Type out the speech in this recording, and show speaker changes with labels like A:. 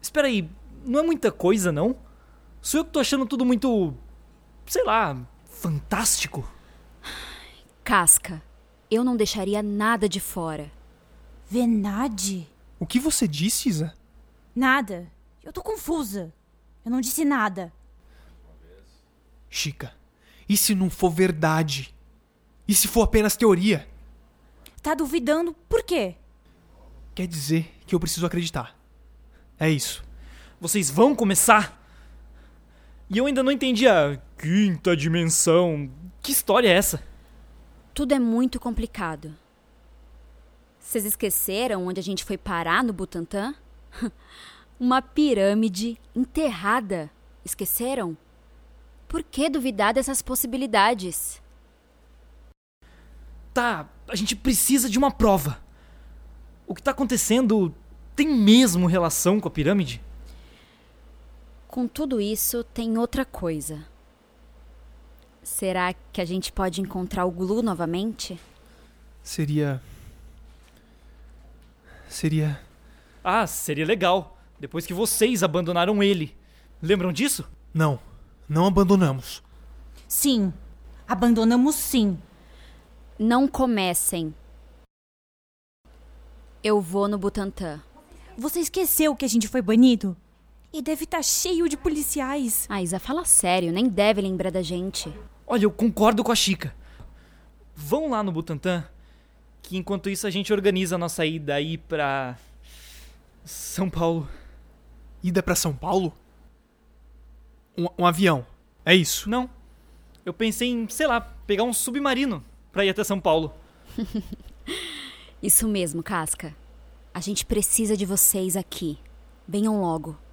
A: espera aí, não é muita coisa, não? Sou eu que tô achando tudo muito. sei lá, fantástico?
B: Casca, eu não deixaria nada de fora.
C: Venade?
D: O que você disse, Isa?
C: Nada. Eu tô confusa. Eu não disse nada.
D: Chica, e se não for verdade? E se for apenas teoria?
C: Tá duvidando por quê?
D: Quer dizer que eu preciso acreditar. É isso.
A: Vocês vão começar? E eu ainda não entendi a quinta dimensão. Que história é essa?
B: Tudo é muito complicado. Vocês esqueceram onde a gente foi parar no Butantã? Uma pirâmide enterrada. Esqueceram? Por que duvidar dessas possibilidades?
A: Tá, a gente precisa de uma prova. O que tá acontecendo tem mesmo relação com a pirâmide?
B: Com tudo isso, tem outra coisa. Será que a gente pode encontrar o Glu novamente?
D: Seria. Seria.
A: Ah, seria legal. Depois que vocês abandonaram ele. Lembram disso?
D: Não, não abandonamos.
C: Sim. Abandonamos sim.
B: Não comecem. Eu vou no Butantã.
C: Você esqueceu que a gente foi banido? E deve estar cheio de policiais.
B: Ah, Isa, fala sério, nem deve lembrar da gente.
A: Olha, eu concordo com a Chica. Vão lá no Butantã, que enquanto isso a gente organiza a nossa ida aí pra. São Paulo.
D: Ida pra São Paulo? Um, um avião. É isso.
A: Não. Eu pensei em, sei lá, pegar um submarino pra ir até São Paulo.
B: Isso mesmo, Casca. A gente precisa de vocês aqui. Venham logo.